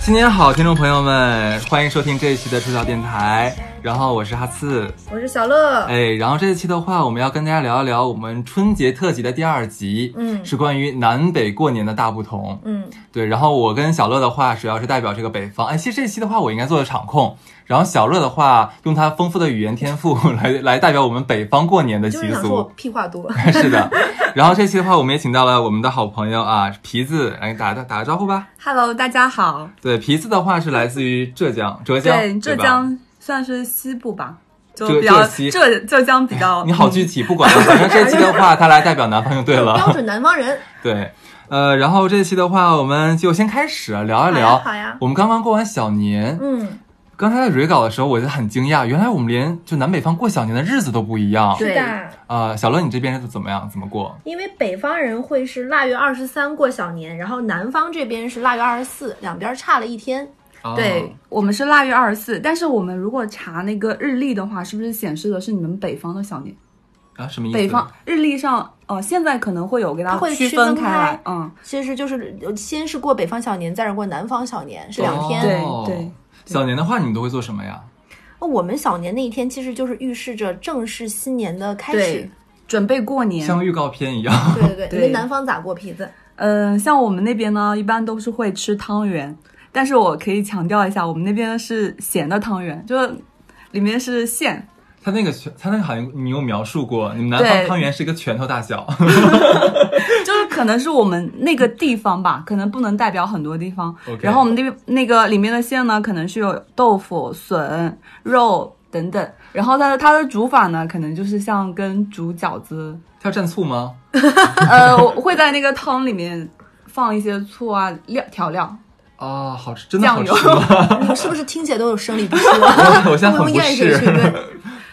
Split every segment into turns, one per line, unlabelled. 新年好，听众朋友们，欢迎收听这一期的出逃电台。然后我是哈刺，
我是小乐。
哎，然后这一期的话，我们要跟大家聊一聊我们春节特辑的第二集，
嗯
是关于南北过年的大不同。
嗯，
对，然后我跟小乐的话，主要是代表这个北方。哎，其实这一期的话，我应该做的场控。然后小乐的话，用他丰富的语言天赋 来来代表我们北方过年的
就是
习
想说我
俗。
屁话多。
是的，然后这期的话，我们也请到了我们的好朋友啊，皮子来打打打个招呼吧。
Hello，大家好。
对，皮子的话是来自于浙江，浙江，
对，浙
吧。
嗯
江算是西部吧，就
浙
比较
浙西
浙浙江比较。
你好具体，不管了，反正这期的话，他来代表南方就 对
标
了。
准南方人，
对，呃，然后这期的话，我们就先开始啊聊一聊。
好呀好呀
我们刚刚过完小年，
嗯，
刚才在蕊稿的时候，我就很惊讶，原来我们连就南北方过小年的日子都不一样。
是
对
的，
啊、小乐，你这边是怎么样？怎么过？
因为北方人会是腊月二十三过小年，然后南方这边是腊月二十四，两边差了一天。
哦
对，我们是腊月二十四，但是我们如果查那个日历的话，是不是显示的是你们北方的小年？
啊，什么意思？
北方日历上，呃，现在可能会有给大
它会
家
区
分
分
来
开，
嗯，
其实就是呃先是过北方小年，再是过南方小年，是两天。
哦
对对。
小年的话，你们都会做什么呀？
那我们小年那一天其实就是预示着正式新年的开始
对。，准备过年。
像预告片一样。
对对对，
对
你们南方咋过皮子？
嗯、像我们那边呢，一般都是会吃汤圆，但是我可以强调一下，我们那边是咸的汤圆，就是里面是馅，
他那个拳，他那个好像你有描述过，你们南方
对
汤圆是一个拳头大小。
就是可能是我们那个地方吧，可能不能代表很多地方。
OK
然后我们那边那个里面的馅呢，可能是有豆腐、笋、肉等等。然后它的它的煮法呢，可能就是像跟煮饺子，
他要蘸醋吗？
呃，我会在那个汤里面放一些醋啊、料调料。
啊、好吃，真的好吃
酱油
吗？
你们是不是听起来都有生理不适？
我现在
我
很
用
不
咽水去
适。
润。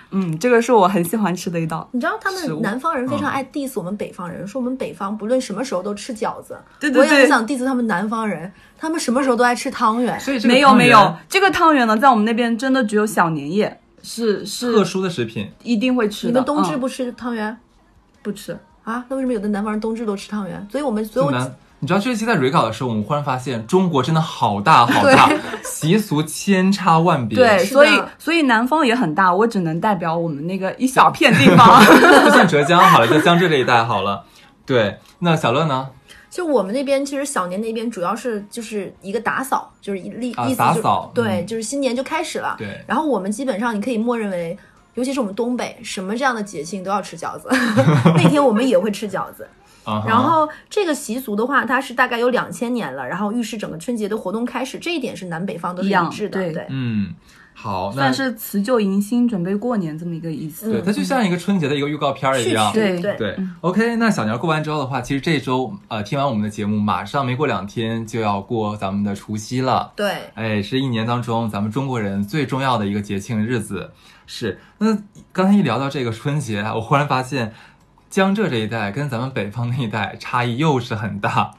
嗯，这个是我很喜欢吃的一道。
你知道他
食物
们南方人非常
嗯
爱 diss 我们北方人，说我们北方不论什么时候都吃饺子。
对对
我也
对
很想 diss 他们南方人，他们什么时候都爱吃汤圆。
所以这个
没有
汤圆
没有，这个汤圆呢，在我们那边真的只有小年夜是
特
是
殊的食品，
一定会吃
你
的。
们冬至
嗯
不吃汤圆、
不吃？
啊？那为什么有的南方人冬至都吃汤圆？所以我们所
就
有
难。你知道这期在蕊稿的时候，我们忽然发现中国真的好大好大，习俗千差万别。
对，
是
所以
的
所以南方也很大，我只能代表我们那个一小片地 方。
就像浙江好了，在江浙这一带好了。对，那小乐呢？
就我们那边，其实小年那边主要是就是一个打扫，就是一例、
啊
意思
打
就是
扫
对，
嗯
就是新年就开始了。
对
然后我们基本上你可以默认为，尤其是我们东北，什么这样的节庆都要吃 饺子。 那天我们也会吃饺子。
啊哈，
然后这个习俗的话，它是大概有两千年了，然后预示整个春节的活动开始，这一点是南北方都是
一样
一致的，
对
对
嗯，好，那
算是辞旧迎新，准备过年这么一个意思。
对，它就像一个春节的一个预告片儿一
序
样。
曲
对
对
对，OK，那小年儿过完之后的话，其实这周呃听完我们的节目，马上没过两天就要过咱们的除夕了。
对
哎，是一年当中咱们中国人最重要的一个节庆日子。是，那刚才一聊到这个春节啊，我忽然发现，江浙这一带跟咱们北方那一带差异又是很大。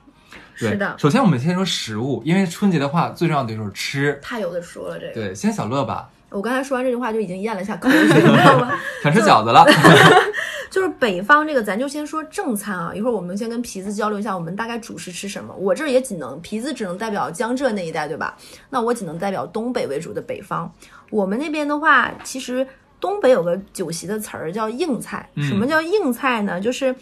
对
是的
首先我们先说食物，因为春节的话最重要的就是吃。
太有的说了这个。
对，先小乐吧，
我刚才说完这句话就已经咽了 下口水，你知道吗？
想吃饺子了。
就是北方这个，咱就先说正餐啊。一会儿我们先跟皮子交流一下，我们大概主食吃什么。我这儿也仅能皮子只能代表江浙那一带，对吧？那我仅能代表东北为主的北方。我们那边的话，其实东北有个酒席的词儿叫硬菜。
嗯
什么叫硬菜呢？就是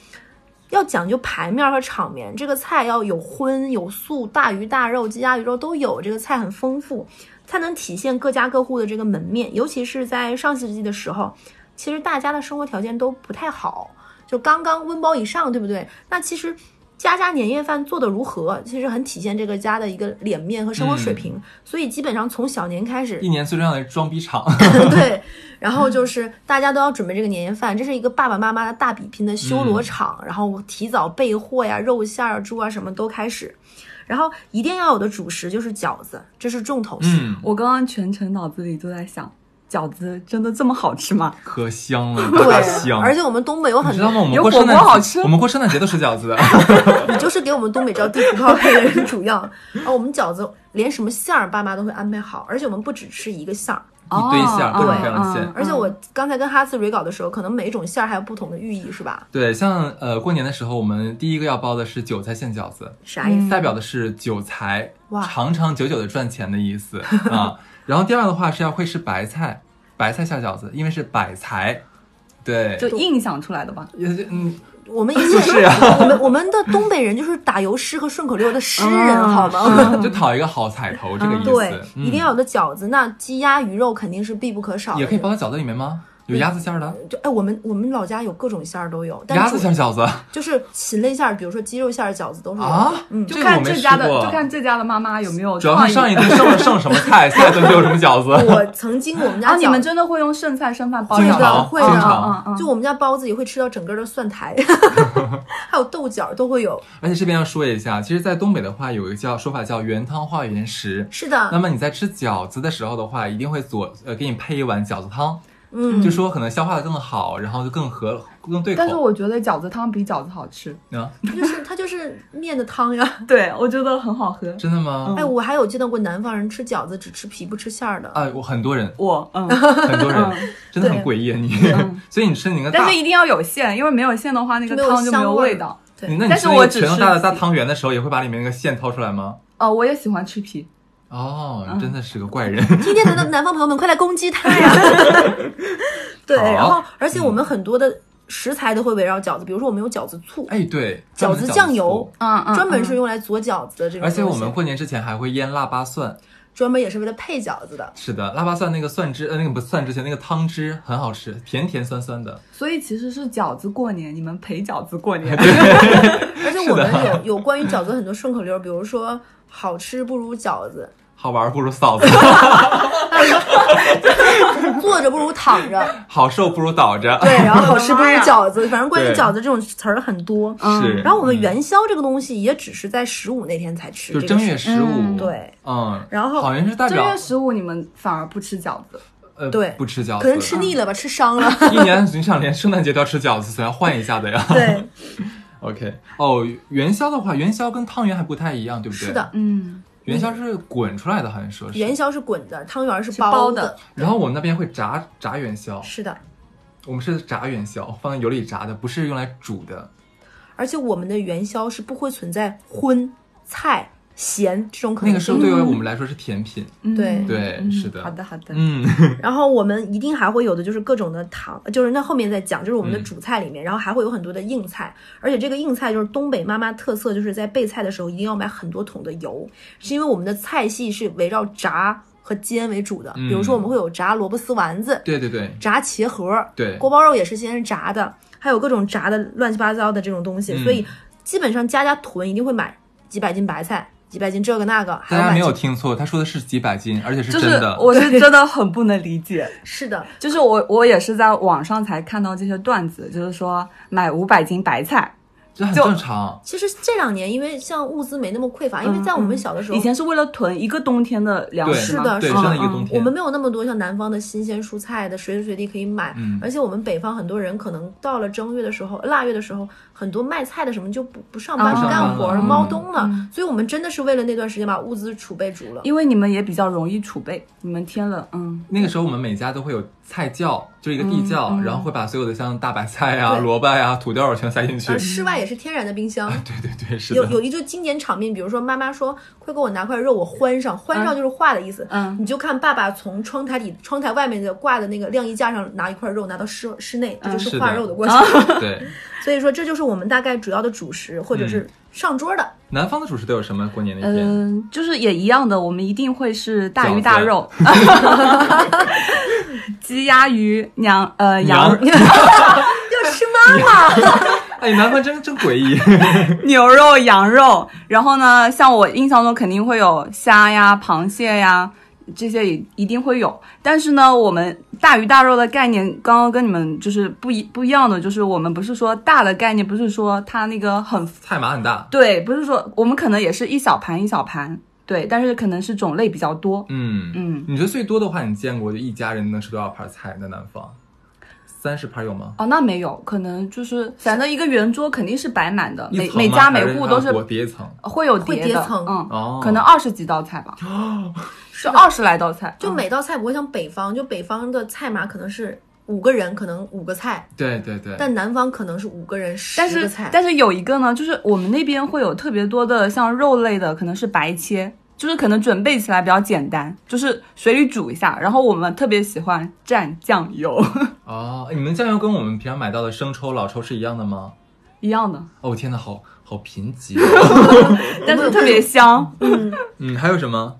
要讲究排面和场面，这个菜要有荤有素，大鱼大肉、鸡鸭鱼肉都有，这个菜很丰富，才能体现各家各户的这个门面。尤其是在上世纪的时候，其实大家的生活条件都不太好，就刚刚温饱以上，对不对？那其实。家家年夜饭做的如何，其实很体现这个家的一个脸面和生活水平，所以基本上从小年开 始
一，年最重要的装逼场，
对，然后就是大家都要准备这个年夜饭，这是一个爸爸妈妈的大比拼的修罗场，然后提早备货呀、肉馅儿啊、猪啊什么都开始，然后一定要有的主食就是饺子，这是重头戏。
嗯，
我刚刚全程脑子里都在想，饺子真的这么好吃吗？
可香了，大
对，
香。
而且我们东北有
你
很
知道吗？
多，
我们
有
过
火
圣诞
锅
节
好吃
我们过圣诞节都吃饺子的。
你就是给我们东北照地图炮的人主要。啊，我们饺子连什么馅儿爸妈都会安排好，而且我们不只吃一个馅儿。
一堆馅儿
哦
各种各样的馅
嗯
而且我刚才跟哈斯 re 稿的时候，可能每一种馅儿还有不同的寓意，是吧？
对，像呃过年的时候，我们第一个要包的是韭菜馅饺子，
啥
嗯
意思？
代表的是韭菜
哇
长长久久的赚钱的意 思啊。然后第二的话是要会吃白菜，白菜下饺子，因为是百财，对，
就硬想出来的吧？
也是嗯，
我们以 前
是啊
我们我们的东北人就是打油诗和顺口溜的诗人，
嗯
好 吗？
就讨一个好彩头这个意
对
思，，嗯
一定要有的饺子，那鸡鸭鱼肉肯定是必不可少的。
也可以包在饺子里面吗？有鸭子馅儿的，
嗯
就哎，我们我们老家有各种馅儿都有，但
鸭子
主
馅儿饺子
就是禽类馅儿，比如说鸡肉馅儿饺子都是有的
啊，
嗯，
这
就
个我
看
没
这
吃
家的，
过啊
就看这家的妈妈有没有
主要
创
看上一
意。
顿剩了剩什么 菜，下一顿就有什么饺子。
我曾经我们
然
家
后啊你们
饺子，
真的会用剩菜剩饭包
会
经
饺
的
常
子？
会
经
的
常，
嗯
就我们家包子也会吃到整个的蒜苔， 还有豆角都会有。
而且这边要说一下，其实，在东北的话，有一个叫说法叫“原汤化原食”。
是
那
的，
么你在吃饺子的时候的话，一定会左呃给你配一碗饺子汤，
嗯，
就说可能消化的更好，然后就更合更对口。
但是我觉得饺子汤比饺子好吃，
啊，
就是它就是面的汤
嗯
呀。
对我觉得很好喝。
真的吗？
嗯
哎，我还有见到过南方人吃饺子只吃皮不吃馅儿的。
啊，我很多人，
我嗯，
很多人
嗯
真的很诡异啊你。 所以你吃你那个
但
大
是，一定要有馅，因为没有馅的话，那个
就没有
汤就没
香
有
味
味
儿
道。
对
你那你
但是
吃那
我
个
只
拳头大的
吃
大汤圆的时候，也会把里面那个馅掏出来吗？
哦，我也喜欢吃皮，
哦，
嗯
你真的是个怪 人。
今天的南方朋友们，快来攻击他 呀！对，
好
然后而且我们很多的食材都会围绕饺子，比如说我们有饺子醋，
哎，对，专
饺
门
子
的
酱
醋
油，
嗯嗯
专门是
嗯
用来佐饺子的这种东
而
西，
且我们过年之前还会腌腊八蒜，
专门也是为了配饺 子的。
是的，腊八蒜那个蒜汁，呃，那个不是蒜汁，那个汤汁很好吃，甜甜酸酸的。
所以其实是饺子过年，你们陪饺子过年。
而且我们有有关于饺子很多顺口溜，比如说好吃不如饺子，
好玩不如嫂 子，
坐着不如躺着，
好受不如倒 着。
对，然后好吃不如
我的妈呀
饺子，反正关于
对
饺子这种词儿很多。
嗯
是。
然后我们
嗯
元宵这个东西也只是在十五那天才吃，
就
这
是
个
正
是
月十五，
嗯
对，
嗯，
然后
好像是代
正
表
月十五你们反而不吃饺子，
呃
对
不吃饺子，
可能 吃腻了吧，吃伤了。
一年你想连圣诞节都要吃饺子，所以要换一下的呀。
对，
OK，哦，元宵的话，元宵跟汤圆还不太一样，对不对？
是，的，
嗯，
元宵是滚出来的，好像说是。
元宵是滚的，汤圆是
是包
的。
的
然后我们那边会炸炸元宵，
是的，
我们是炸元宵，放在油里炸的，不是用来煮的。
而且我们的元宵是不会存在荤菜咸这种可
那
能
个时
性
候
的。
对于我们来说是甜品。
嗯
对
对
嗯
是的
好的好的，
嗯，
然后我们一定还会有的就是各种的糖，就是那后面再讲，就是我们的
嗯
主菜里面，然后还会有很多的硬菜，而且这个硬菜就是东北妈妈特色，就是在备菜的时候一定要买很多桶的油，是因为我们的菜系是围绕炸和煎为主的，
嗯
比如说我们会有炸萝卜丝丸子、
对对对
炸茄盒，
对，
锅包肉也是先是炸的，还有各种炸的乱七八糟的这种东西，
嗯
所以基本上家家囤一定会买几百斤白菜，几百斤这个那个，
大
还有
家
买
没有
几
听错，他说的是几百斤，而且是
就
真
是
的。
我是真的很不能理解，
是的，
就是我我也是在网上才看到这些段子，就是说买五百斤白菜，
这很
就
正常。
其实这两年因为像物资没那么匮乏，因为在我们小的时候，
以前是为了囤一个冬天的粮
对，
食嗯
是
嘛，
的
对，
是
真
的
的一个冬天。
我们没有那么多像南方的新鲜蔬菜的，随时随地可以买。
嗯
而且我们北方很多人可能到了正月的时候、腊月的时候，很多卖菜的什么就不不上班、
啊
不干活
不上班了
猫冬了、
嗯
所以我们真的是为了那段时间把物资储备足了。
因为你们也比较容易储备，你们天冷，嗯，
那个时候我们每家都会有菜窖，就一个地窖，
嗯嗯
然后会把所有的像大白菜啊、
对啊
萝卜呀、土豆全塞进去
而。室外也是天然的冰箱。
对对对，是
有
的。
有一句经典场面，比如说妈妈说：“快给我拿块肉，我欢上。”欢上就是化的意思。
嗯
你就看爸爸从窗台底、窗台外面的挂的那个晾衣架上拿一块肉拿到室室内，这
嗯啊
就是
是
化
的
肉的过程。
对，
所以说，这就是我们大概主要的主食或者是上桌的。
南方的主食都有什么？过年那天、
嗯、就是也一样的，我们一定会是大鱼大肉， 鸡鸭鱼羊 呃羊
羊
要吃妈妈，
哎，南方真真诡异。
牛肉羊肉，然后呢，像我印象中肯定会有虾呀、螃蟹呀。这些也一定会有，但是呢，我们大鱼大肉的概念刚刚跟你们就是不一不一样的，就是我们不是说大的概念，不是说它那个很
菜码很大。
对，不是说我们可能也是一小盘一小盘，对，但是可能是种类比较多。
嗯
嗯，
你觉得最多的话，你见过就一家人能吃多少盘菜？在南方，三十盘有吗？
哦，那没有，可能就是反正一个圆桌肯定是摆满的，
一
每
层
每
吗
家
还
每户都
它
是
裹叠一层
会有
会
叠
叠
的，
层
嗯，
哦，
可能二十几道菜 吧，就
的
二十来道菜，
就
嗯
每道菜不会像北方，就北方的菜码可能是五个人，可能五个菜，
对对对，
但南方可能是五个人十
但
个
是
菜。
但是有一个呢，就是我们那边会有特别多的像肉类的，可能是白切，就是可能准备起来比较简单，就是水里煮一下。然后我们特别喜欢蘸酱油，
哦，你们酱油跟我们平常买到的生抽、老抽是一样的吗？
一样的，
哦，天呐，好好贫瘠、哦。
但是特别香。
嗯，还有什么？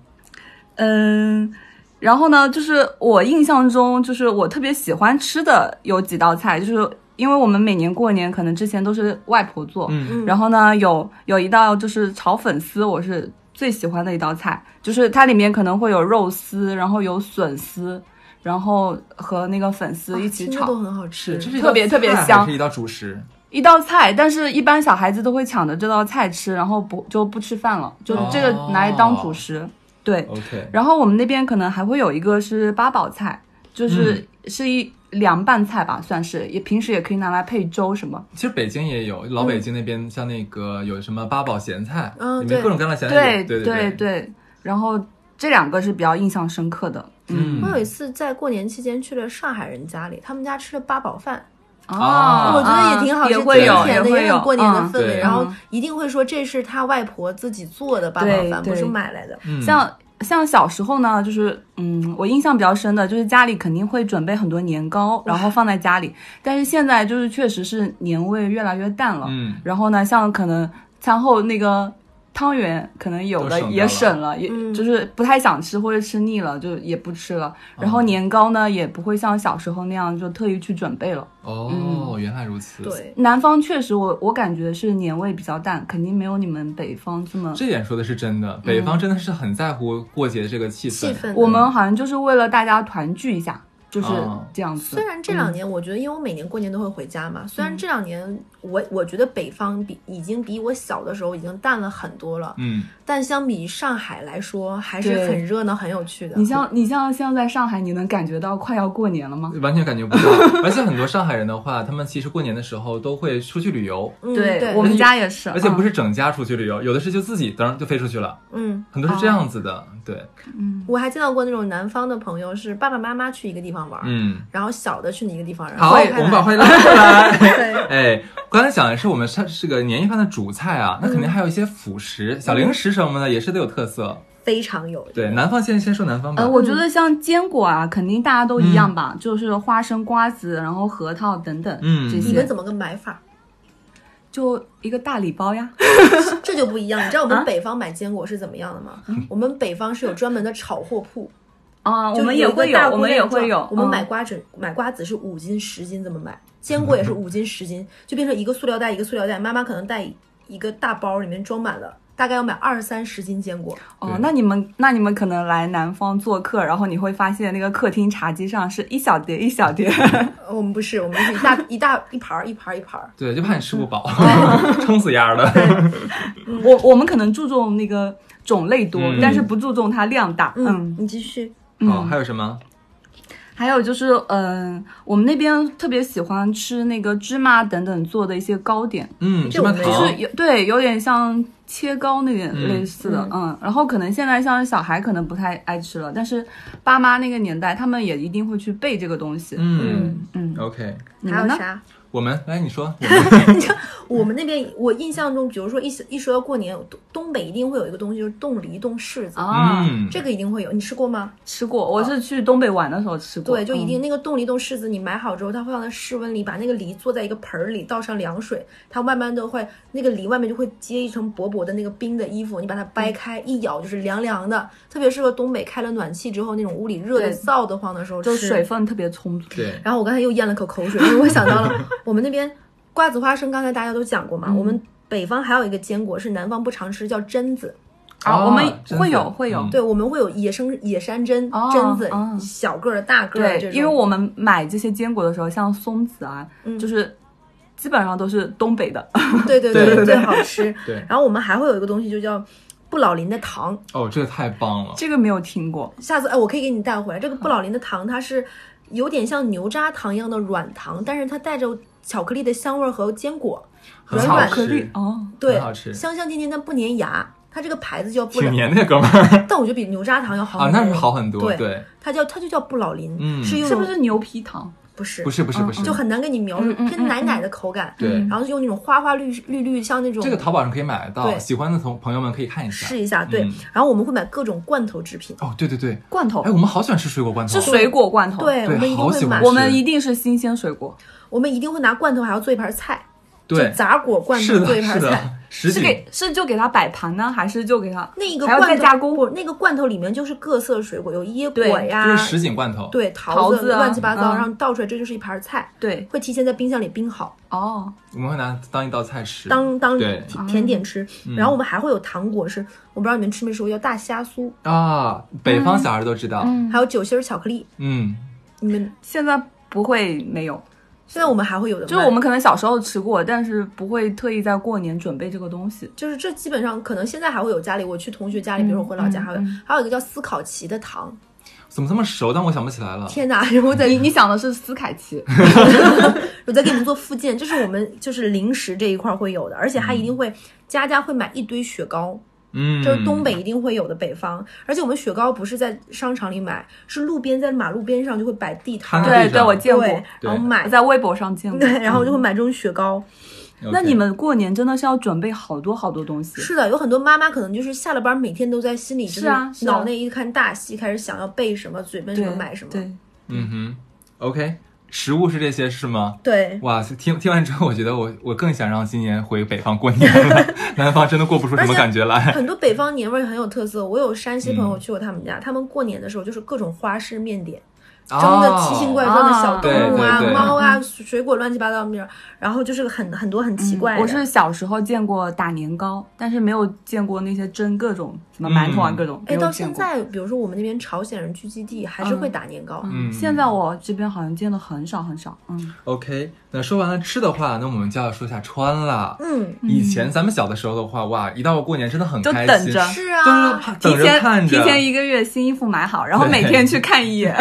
嗯，然后呢，就是我印象中，就是我特别喜欢吃的有几道菜，就是因为我们每年过年可能之前都是外婆做，
嗯，
然后呢，有有一道就是炒粉丝，我是最喜欢的一道菜，就是它里面可能会有肉丝，然后有笋丝，然后和那个粉丝一起
听着
炒、
都很好啊吃，
这是一
特别
道菜
特别
还
香
是一道主食。
一道菜。但是，一般小孩子都会抢着这道菜吃，然后不就不吃饭了，就是这个拿来当主食。对，
OK，
然后我们那边可能还会有一个是八宝菜，就是、是一凉拌菜吧，算是也平时也可以拿来配粥什么。
其实北京也有，老北京那边像那个有什么八宝咸菜，
嗯
里
对
面各种各样的咸菜
对
有，对
对
对，
然后这两个是比较印象深刻的。
嗯
我有一次在过年期间去了上海人家里，他们家吃了八宝饭，
啊
我觉得也挺好吃，
也会
挺
有，
甜的，
会
也
有
有过年的氛
嗯
围。
对
然后一定会说这是他外婆自己做的八宝
对
饭，
对
不是买来的。
嗯，
像像小时候呢，就是嗯，我印象比较深的就是家里肯定会准备很多年糕，然后放在家里。但是现在就是确实是年味越来越淡了。
嗯，
然后呢，像可能餐后那个。汤圆可能有的
都省掉
也
了
省了，也
嗯
就是不太想吃或者吃腻了，就也不吃了。
嗯
然后年糕呢，也不会像小时候那样就特意去准备了。
哦，原来如此，，
对，
南方确实我，我感觉是年味比较淡，肯定没有你们北方这么。
这点说的是真的，北方真的是很在乎过节这个气氛，
气氛
我们好像就是为了大家团聚一下，就是
哦
这样子。
虽然这两年，我觉得，因为我每年过年都会回家嘛。虽然这两年，我我觉得北方比已经比我小的时候已经淡了很多了，
嗯，
但相比上海来说，还是
对
很热闹、很有趣的。
你像你像像在上海，你能感觉到快要过年了吗？
完全感觉不到。而且很多上海人的话，他们其实过年的时候都会出去旅游，
嗯
我
对，
们家也是，
而且不
是、
是整家出去旅游，有的是就自己噔就飞出去了，
嗯，
很多是这样子的，对，
我还见到过那种南方的朋友，是爸爸妈妈去一个地方玩，
嗯。
然后小的去一个地方，然
好，哎
后
我们把
看
话题拉回 来。哎，刚才讲的是我们上这个年夜饭的主菜啊，
嗯
那肯定还有一些辅食、小零食什么的，也是都有特色。
非常有
对，南方先先说南方吧
嗯呃，。我觉
嗯
得像坚果啊，肯定大家都一样吧，就是花生、瓜子，然后核桃等等，
嗯
这
你们
些
怎么个买法？
就一个大礼包 呀。
这就不一样。你知道我们北方买坚果是怎么样的吗？我们北方是有专门的炒货铺，
啊，我
就
们
是
也
有一个
会有
大，
我
锅
们
盖
也
状
会有，
我们
嗯
买瓜子，买瓜子是五斤、十斤这么买，坚果也是五斤、十斤，就变成一个塑料袋一个塑料袋。妈妈可能带一个大包，里面装满了。大概要买二三十斤坚果，
哦
对，
那你们那你们可能来南方做客，然后你会发现那个客厅茶几上是一小碟一小碟，
呃我们不是，我们是一 大一大一盘儿一盘儿一盘儿。
对，就怕你吃不饱，
嗯
撑死丫的。
嗯
我我们可能注重那个种类多，
嗯
但是不注重它量大。 嗯，
你继续。
好，还有什么？
还有就是，嗯、我们那边特别喜欢吃那个芝麻等等做的一些糕点，
嗯，芝
这
麻
我没
糖
有
就是有对有点像切糕那点
嗯
类似的，嗯然后可能现在像小孩可能不太爱吃了，但是爸妈那个年代他们也一定会去备这个东西。
嗯
嗯，
，OK，
你
还
们
有
呢？
啥？
我们来，你说，我们
我们那边，我印象中，比如说一一说要过年，东东北一定会有一个东西，就是冻梨、冻柿子，
啊，
嗯，啊
这个一定会有。你吃过吗？
吃过，我是去东北玩的时候吃过。
对，就一定
嗯
那个冻梨冻柿子，你买好之后，它会放在室温里，把那个梨做在一个盆儿里，倒上凉水，它慢慢的会，那个梨外面就会结一层薄薄的那个冰的衣服，你把它
嗯
掰开，一咬就是凉凉的，特别适合东北开了暖气之后那种屋里热的
对
燥得慌的时候吃。
嗯就水分特别充足。
对，
然后我刚才又咽了口口水，因为我想到了我们那边瓜子花生，刚才大家都讲过嘛，
嗯
我们北方还有一个坚果是南方不常吃，叫榛子。
啊我们
真
会有
的
会有
嗯
对，我们会有野生野山榛、
哦
榛子，
嗯
小个儿的、大个儿的这
对，
种。
因为我们买这些坚果的时候，像松子啊，
嗯
就是基本上都是东 北的。
对对
对对对
最好吃。
对
然后我们还会有一个东西，就叫不老林的糖。
哦，这个太棒了，
这个没有听过，
下次哎，我可以给你带回来。这个不老林的糖，它是有点像牛轧糖一样的软糖，但是它带着巧克力的香味儿和坚果，
很
软
好
软
吃
的，
哦，
对
很好，吃
香香甜甜但不粘牙。它这个牌子叫不老
挺，黏的哥们儿
但我觉得比牛轧糖要好
啊
很，多。
那是好很多，
对
对，
它叫它就叫不老林，
嗯
是用
哦是不嗯是牛皮糖？
不是
不是不是不是，
就很难跟你描述
嗯，嗯嗯
跟奶奶的口感，
对
嗯
然后就用那种花花绿绿绿，像那种
这个淘宝上可以买得到，
对
喜欢的同朋友们可以看一下
试。一下，对
嗯。
然后我们会买各种罐头制品，
哦，对对对，
罐头
哎，我们好喜欢吃水果罐头
是，水果罐头，，
对，我
哦对
们一定
好
会
喜欢
买
吃
我，们一定是新鲜水果，
我们一定会拿罐头，还要做一盘菜，
对
就，杂果罐头
是
做一
的，
盘
是
菜。
的，实
是
景
给是就给它摆盘呢，还是就给它
那个
还要再
罐头
加工
不，那个罐头里面就是各色水果，有椰
对
果呀，
就是实景罐头，
对桃
桃子啊
乱七八糟，
嗯
然后倒出来，这就是一盘菜，
对
会提前在冰箱里冰好，
哦，
我们会拿当一道菜吃。
当当
对嗯
嗯
甜甜点吃。然后我们还会有糖果是，我不知道你们吃没吃过，叫大虾酥，
啊，北方小孩都知道，
嗯，
还有酒心儿巧克力，
嗯，
你们
现在不会没有，
现在我们还会有的卖，
就是我们可能小时候吃过，但是不会特意在过年准备这个东西。
就是这基本上可能现在还会有家里，我去同学家里，比如说我回老家
嗯
还会，还有一个叫斯考奇的糖，
怎么这么熟？但我想不起来了。
天哪！ 我在
你你想的是斯凯奇，
我在给你们做附件，这是我们就是零食这一块会有的，而且还一
嗯
定会家家会买一堆雪糕，
嗯，
这是东北一定会有的北方，而且我们雪糕不是在商场里买，是路边在马路边上就会摆地摊，
摊
对
地
对，
上
我见过
对，，然后买
我，在微博上见过。嗯
对，然后就会买这种雪糕。
OK。
那你们过年真的是要准备好多好多东西，
是的，有很多妈妈可能就是下了班每天都在心里就是
啊是啊
脑内一看大戏，开始想要备什么，嘴边什
对
么买什么，
对，
嗯哼，OK，食物是这些是吗？
对
哇，听听完之后，我觉得我我更想让今年回北方过年了， 南方真的过不出什么感觉来。
很多北方年味儿很有特色。我有山西
嗯
朋友去过他们家，他们过年的时候就是各种花式面点，蒸的奇形怪状的小动物
哦
啊、
对对对
猫啊、水果乱七八糟的面儿，然后就是很很多很
嗯
奇怪的。哎
我是小时候见过打年糕，但是没有见过那些蒸各种什么馒头啊
嗯
各种。没
哎，
有
到
见
现
过，
在，比如说我们那边朝鲜人聚集地还是会打年糕，
嗯
现在我这边好像见的很少很少。嗯，
OK，那说完了吃的话，那我们就要说一下穿了。
嗯，
以前咱们小的时候的话，哇，一到过年真的很
就
开
等
心，
着
是
都
啊
是，怕
提
等着看
前提
着，
前一个月新衣服买好，然后每天去看 一眼，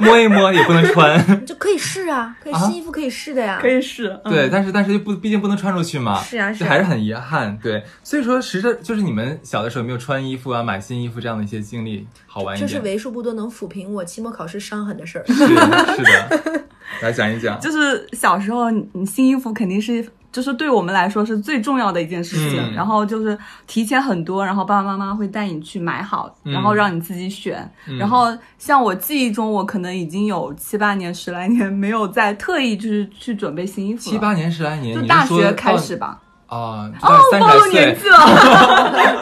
摸一摸也不能 穿，
就可以试啊，可以
啊
新衣服可以试的呀，
可以试。嗯
对，，但是但是就不毕竟不能穿出去嘛，
是啊是
这
啊
还是很遗憾，对，所以说实着就是你们小的时候有没有穿衣服啊、买新衣服这样的一些经历，好玩一
这
点，
是为数不多能抚平我期末考试伤痕的事儿。
是的，是的，来讲一讲，
就是小时候你你新衣服肯定是。就是对我们来说是最重要的一件事情，
嗯
然后就是提前很多，然后爸爸妈妈会带你去买好，
嗯
然后让你自己选。然后像我记忆中，我可能已经有七八年、十来年没有再特意就是去准备新衣服了，
七八年、十来年，
就
你是
大
说
学开
到
始吧。
啊，哦
暴
三
露
十
年
岁，
纪了，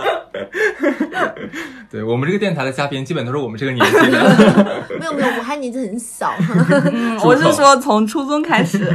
对我们这个电台的嘉宾基本都是我们这个年纪 的。
没有没有，我还年纪很 小，
嗯我是说从初中开始。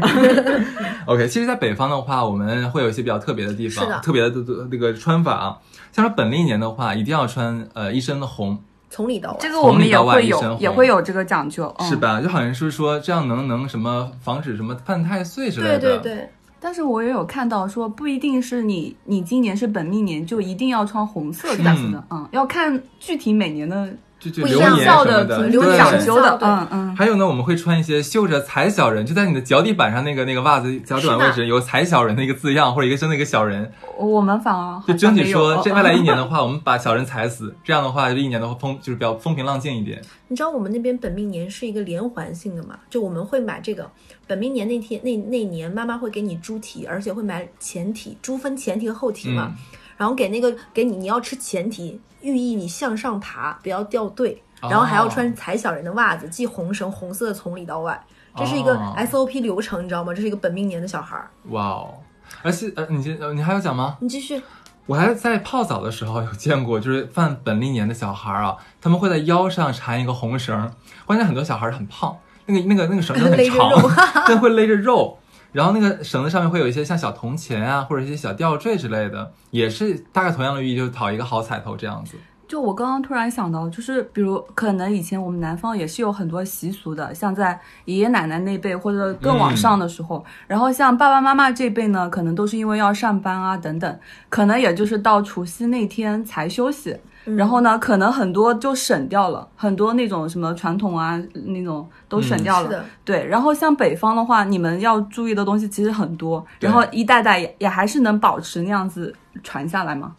OK，其实，在北方的话，我们会有一些比较特别的地
是
方，
的
特别的那个穿法啊。像说本历年的话，一定要穿呃一身的红，
从里到外。
这个我们也会
从里到外一身
有，
红
也会有这个讲究，嗯
哦
是？吧？就好像是说这样能能什么防止什么犯太岁之类的。
对对对，
但是我也有看到说，不一定是你你今年是本命年就一定要穿红色这样子的，嗯，要看具体每年的
就就
不一
流
样
年
效
什么
的
的，
怎
流
么
对
年讲
讲
究
究的，
对
嗯嗯。
还有呢，我们会穿一些绣着“踩小人”，就在你的脚底板上那个那个袜子脚底板位
是
置有“踩小人”的一个字样，或者一个真的一个小人，
我们反而好
就争
像
取
没有
哦
说这
嗯
未来一 年的话，我们把小人踩死，这样的话这一年的话风就是比较风平浪静一点。
你知道我们那边本命年是一个连环性的嘛？就我们会买这个本命年那天那那年，妈妈会给你猪蹄，而且会买前蹄，猪分前蹄和后
嗯
蹄嘛。然后给那个给你，你要吃前蹄，寓意你向上爬，不要掉队。
哦
然后还要哦穿踩小人的袜子，系红绳，红色的从里到外。这是一个
哦
SOP 流程，你知道吗？这是一个本命年的小孩儿。
哇哦！而且呃，你先呃你还要讲吗？
你继续，
我还在泡澡的时候有见过，就是犯本历年的小孩儿啊，他们会在腰上缠一个红绳儿。关键很多小孩儿很胖，那个那个那个绳 子很
勒着
长
肉，
但会勒着肉。然后那个绳子上面会有一些像小铜钱啊，或者一些小吊坠之类的，也是大概同样的寓意，就是讨一个好彩头这样子。
就我刚刚突然想到，就是比如可能以前我们南方也是有很多习俗的，像在爷爷奶奶那辈或者更往上的时候，然后像爸爸妈妈这辈呢，可能都是因为要上班啊等等，可能也就是到除夕那天才休息。
嗯
然后呢，可能很多就省掉了，很多那种什么传统啊那种都省
嗯是
掉了。
的，
对，然后像北方的话，你们要注意的东西其实很多，
对
然后一代代也也还是能保持那样子传下来嘛。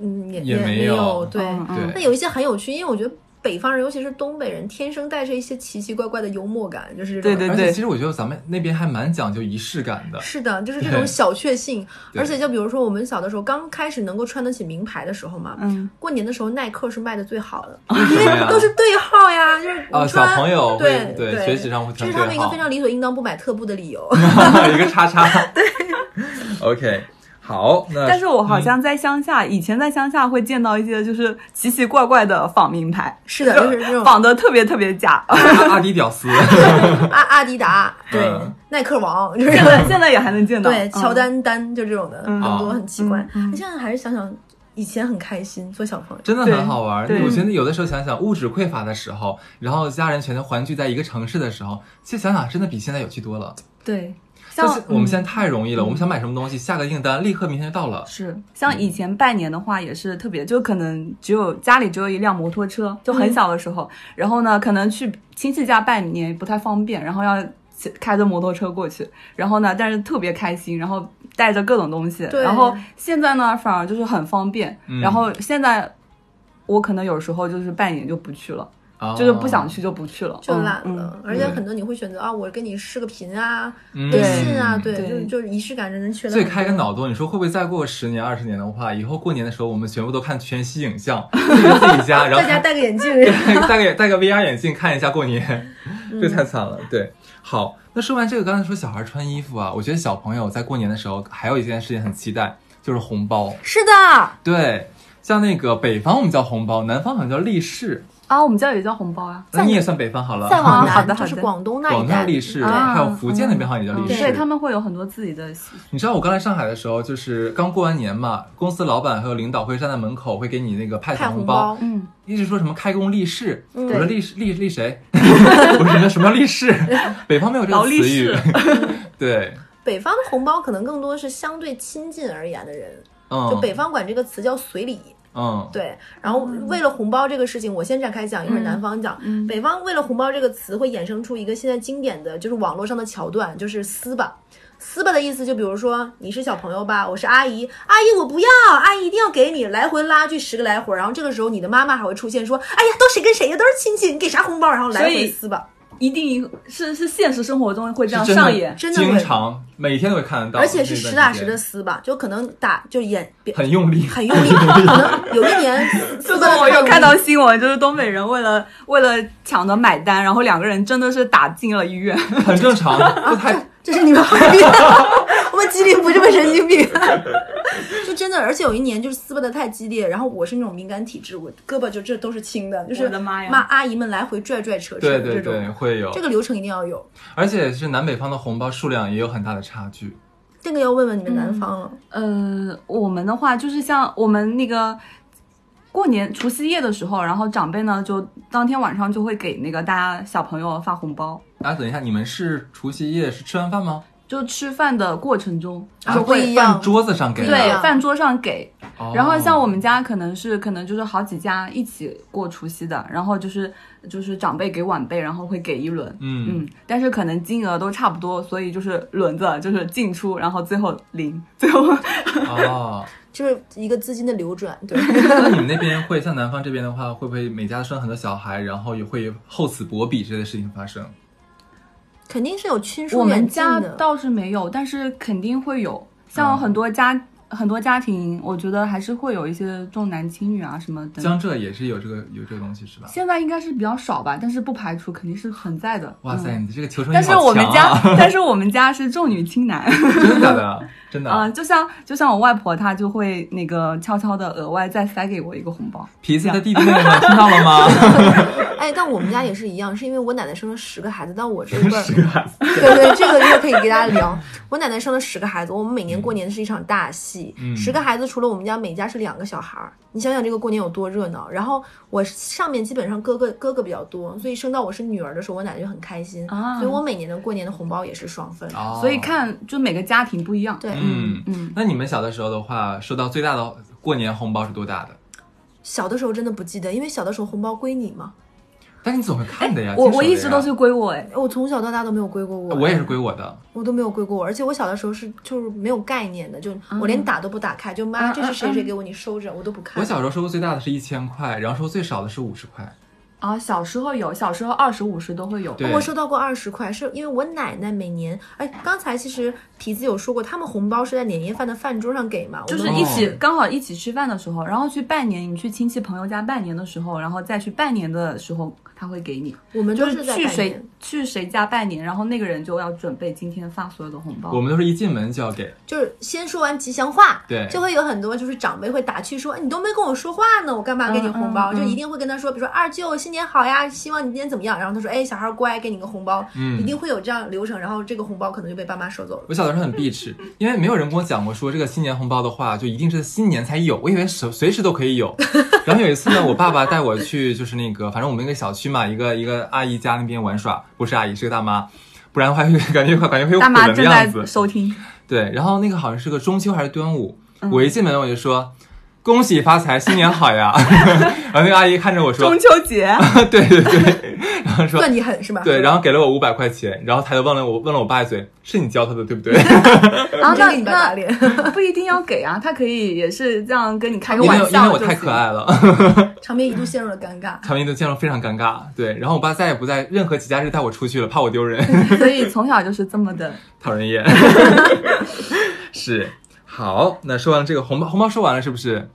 嗯，也
也没
没
有
对。
嗯嗯
那
对，
有一些很有趣，因为我觉得北方人，尤其是东北人，天生带着一些奇奇怪怪的幽默感，就是这种
对对
而且其实我觉得咱们那边还蛮讲究仪式感的，
是的，就是这
对
种小确幸。
对
而且就比如说我们小的时候，刚开始能够穿得起名牌的时候嘛，
嗯，
过年的时候耐克是卖的最好的，
为什么呀？
都是 对号呀，就是
啊，
你
小
穿
朋友会
对
对学习上会
这
穿
是
对
他们一个
号
非常理所应当不买特步的 理由。
一个叉叉。对，OK，好，那
但是我好
嗯
像在乡下，以前在乡下会见到一些就是奇奇怪怪的仿名牌，
是的，就是这种
仿的特别特 别假。
阿阿迪屌丝，
阿阿迪达，对
嗯，
耐克 王，就是
现在现在也还能见到，
对
嗯
乔，丹丹就这种的，
嗯
很多很奇怪。
嗯嗯
你现在还是想想以前很开心做小朋友，
真的
对
很好玩。
对
我觉得有的时候想想物质匮乏的时候，然后家人全都环聚在一个城市的时候，其实想想真的比现在有趣多了。
对，像嗯
但是我们现在太容易了，我们想买什么东西，下个订单立刻明天就到了。
是
嗯
像以前拜年的话也是特别，就可能只有家里只有一辆摩托车，就很小的时
嗯
候，然后呢，可能去亲戚家拜年不太方便，然后要骑。开着摩托车过去，然后呢，但是特别开心，然后带着各种东西，
对
然后现在呢，反而就是很方便，
嗯
然后现在我可能有时候就是拜年就不去了，
啊
就是不想，去就不去了，
就
嗯
懒
嗯
了。而且
对
很多你会选择啊，我跟你视个频啊，
嗯
微信啊，对，
对
就是就是仪式感真的缺了。
所以开个，脑洞，你说会不会再过十年、二十年的话，以后过年的时候，我们全部都看全息影 像，自己自己家，然
在
后
家戴个眼镜，
戴个戴个 VR 眼镜看一下过年， 这太惨了。对，好，那说完这个，刚才说小孩穿衣服啊，我觉得小朋友在过年的时候还有一件事情很期待，就是红包。
是的，
对，像那个北方我们叫红包，南方好像叫立式，
啊，我们家也叫红包啊，
那你也算北方好了。
再往
好的
南
好
就是
的
广东那
广
一
东叫
带，嗯
立式，
对
啊
还有福建那边好像也叫
嗯
立
对他
式。
们会有很多自己的习俗，
你知道我刚来上海的时候，就是刚过完年嘛，公司老板还有领导会站在门口，会给你那个派
派
小
红
红包，
嗯，
一直说什么开工立誓，
嗯
我说立誓立立谁？ 我说什么立 誓？北方没有这个
劳力
词语
士。
对，
北方的红包可能更多是相对亲近而言的人，
嗯，
就北方管这个词叫随礼。
嗯，
对，然后为了红包这个事情，我先展开讲，一会儿
嗯
南方讲。北方为了红包这个词会衍生出一个现在经典的就是网络上的桥段，就是撕吧。撕吧的意思就比如说你是小朋友吧，我是阿姨，阿姨我不要，阿姨一定要给你，来回拉锯十个来回，然后这个时候你的妈妈还会出现说，哎呀，都谁跟谁呀，都是亲戚，你给啥红包？然后来
所以
回撕吧。
一定是是现实生活中会这样
是真的
上演，
真的
经
会
常每天都会看得到，
而且是
这段
实打
时
实
间
的撕吧，就可能打就演 别
很用 力，
很用力，可能有一 年撕
自
吧
从
太
我又
用
看
力
到新闻，就是东北人为了为了抢着买单，然后两个人真的是打进了医院。
很正 常，这太
哎这是你们怀 孕，我们吉林不这么神经病。就真的，而且有一年就是撕巴的太激烈，然后我是那种敏感体质，我胳膊就这都是青的，就是
我的妈呀
阿姨们来回拽拽扯扯
对
的
对
这种，
对，会有
这，个流程一定要有，
而且是南北方的红包数量也有很大的差距。
这个要问问你们南方了。啊
呃，我们的话就是像我们那个过年除夕夜的时候，然后长辈呢就当天晚上就会给那个大家小朋友发红包，
啊，等一下，你们是除夕夜是吃完饭吗？
就吃饭的过程中
啊
就
不
会
一
放
样，
桌子上给的。
对
啊
饭桌上给，
哦
然后像我们家可能是可能就是好几家一起过除夕的，然后就是就是长辈给晚辈，然后会给一轮，
嗯
嗯，但是可能金额都差不多，所以就是轮着就是进出，然后最后零，最后
嗯
哦，
就是一个资金的流转， 对，
那你们那边会像南方这边的话，会不会每家生很多小孩，然后也会厚此薄彼之类的事情发生？
肯定是有亲
我
疏
们
远近
家
的。
倒是没有，但是肯定会有，像
嗯
很多家、很多家庭，我觉得还是会有一些重男轻女啊什么等等。
江浙也是有这个有这个东西是吧？
现在应该是比较少吧，但是不排除肯定是存在的。
哇塞，
嗯
你的这个求生欲
但是
好
我们
强
家
啊，
但是我们家是重女轻男。
真的假 的？真的
啊、就像就像我外婆，她就会那个悄悄的额外再塞给我一个红包。
皮子的弟弟妹妹们听到了 吗？
哎，但我们家也是一样，是因为我奶奶生了 十个孩子，但我这一辈儿
十个孩子，
对对，这个月可以给大家聊。我奶奶生了十个孩子，我们每年过年是一场大戏。
嗯
十个孩子，除了我们家每家是两个小孩儿，你想想这个过年有多热闹。然后我上面基本上哥哥哥哥比较多，所以生到我是女儿的时候，我奶奶就很开心。
啊
所以我每年的过年的红包也是双份。
哦
所以看，就每个家庭不一样。
对，
嗯
嗯，
那你们小的时候的话，收到最大的过年红包是多大的？
小的时候真的不记得，因为小的时候红包归你嘛，
但是你总会看的呀。
哎我
接手
我
的
一直
呀
都是归我哎，
我从小到大都没有归过我，
啊
哎
我也是归我的，
我都没有归过我，而且我小的时候是就是没有概念的，就我连打都不打开，就妈
嗯
这是谁谁给我，你收着，我都不看。
我小时候收过最大的是一千块，然后收最少的是五十块。
啊，小时候有，小时候二十五十都会有。
对
我收到过二十块，是因为我奶奶每年，哎，刚才其实皮子有说过，他们红包是在年夜饭的饭桌上给嘛，我
就
们
是
哦
一起刚好一起吃饭的时候，然后去拜年，你去亲戚朋友家拜年的时候，然后再去拜年的时候，他会给你，
我们
就
都
是
在
去
拜
谁
年，
去谁家拜年，然后那个人就要准备今天发所有的红包。
我们都是一进门就要给，
就是先说完吉祥话，
对
就会有很多就是长辈会打趣说，哎你都没跟我说话呢，我干嘛给你红包？
嗯嗯嗯
就一定会跟他说，比如说二舅新年好呀，希望你今天怎么样？然后他说，哎，小孩乖，给你个红包，
嗯
一定会有这样的流程，然后这个红包可能就被爸妈收走了。
我小的时
嗯
候很避齿，因为没有人跟我讲过说这个新年红包的话，就一定是新年才有，我以为随随时都可以有。然后有一次呢，我爸爸带我去，就是那个，反正我们那个小区嘛，一个一个阿姨家那边玩耍，不是阿姨，是个大妈，不然的话 感觉感觉会有
大
唬
妈
人的
正
样
在
子。
收听，
对，然后那个好像是个中秋还是端午，
嗯
我一进门我就说。恭喜发财，新年好呀！ 然后那个阿姨看着我说
中秋节，：“
对对对。”然后说：“
算你狠是吧？
对， 然后给了我五百块钱，然后他就问了我问了我爸一嘴，是你教他的对 不对？
然后
真
那
给你爸打
那
脸。
不一定要给啊，他可以也是这样跟你开个
因为
玩
因为
笑
我
就
太可
行。
爱了，
场面一度陷入了尴尬。
场面都见了非常尴尬。对，然后我爸再也不在任何节假日带我出去了，怕我丢人，
所以从小就是这么的。
讨人厌。是，好，那说完了这个红包，红包说完了是不是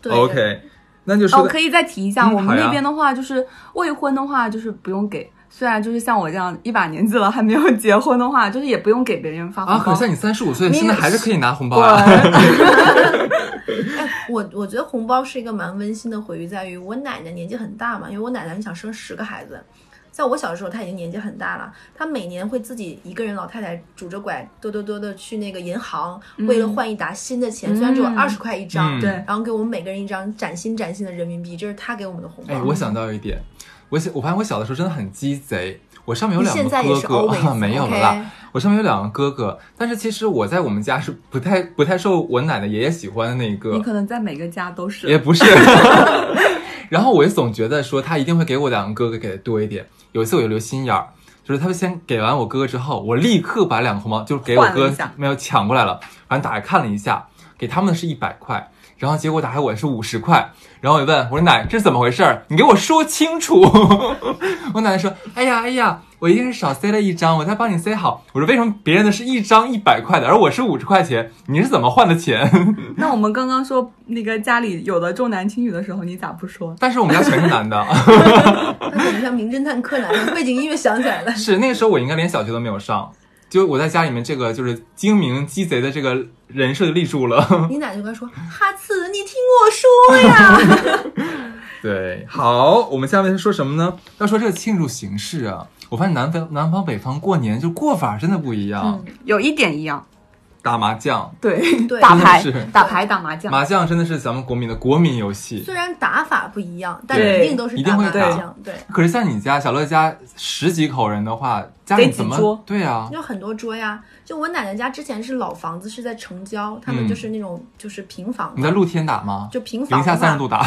对
？OK，那 就说
哦，
到、
可以再提一下，
嗯
我们
好呀
那边的话就是未婚的话就是不用给，虽然就是像我这样一把年纪了还没有结婚的话，就是也不用给别人发红
啊，
包。
可是你三十五岁，
你
现在还是可以拿红包 啊。
滚！
哎我我觉得红包是一个蛮温馨的回忆，在于我奶奶年纪很大嘛，因为我奶奶想生十个孩子，在我小的时候她已经年纪很大了，她每年会自己一个人老太太拄着拐哆哆哆的去那个银行，为了换一沓新的钱，虽然只有
嗯
二十块一张，
嗯
对
然后给我们每个人一张崭新崭新的人民币，这是她给我们的红包。
哎，我想到一点，我想我发现我小的时候真的很鸡贼，我上面有
你
两
现在也
个
是
哥哥，
always
没有
OK
了啦。我上面有两个哥哥，但是其实我在我们家是不太不太受我奶奶爷爷喜欢的那一
你
个，
可能在每个家都
也
是。
不是。 然后我就总觉得说他一定会给我两个哥哥给的多一点。有一次我就留心眼儿，就是他们先给完我哥哥之后，我立刻把两个红包就是给我
换了
哥
一下
没有抢过来了，反正打开看了一下，给他们的是一百块。然后结果打开我的是五十块，然后我就问我说奶这是怎么回事儿？你给我说清楚。 我奶奶说：“哎呀哎呀，我一定是少塞了一张，我再帮你塞好。”我说：“为什么别人的是一张一百块的，而我是五十块钱？你是怎么换的钱
那我们刚刚说那个家里有的重男轻女的时候，你咋不说？”？
但是我们家全是男的，
她可能像名侦探柯南了，背景音乐响起来了。
是那个时候我应该连小学都没有上，就我在家里面这个就是精明鸡贼的这个人设就立住了。
你奶奶就跟她说：“哈次，你听我说呀。”
对，好，我们下面是说什么呢？要说这个庆祝形式啊，我发现南方南方北方过年就过法真的不一
嗯
样，
嗯有一点一样，
打麻将，
对，
对
打牌
真 的是、
打牌、打麻将。
麻将真的是咱们国民的国民游戏。
虽然打法不一样，但
对
一定都是
一
打
定会
麻
打
将。对，
可是像你家小乐家十几口人的话，家里怎
得几
么
桌
对啊？
有很多桌呀。就我奶奶家之前是老房子，是在城郊，他
嗯
们就是那种就是平房嘛，
你在露天打吗？
就平房
零下
的
三十
话，
度打，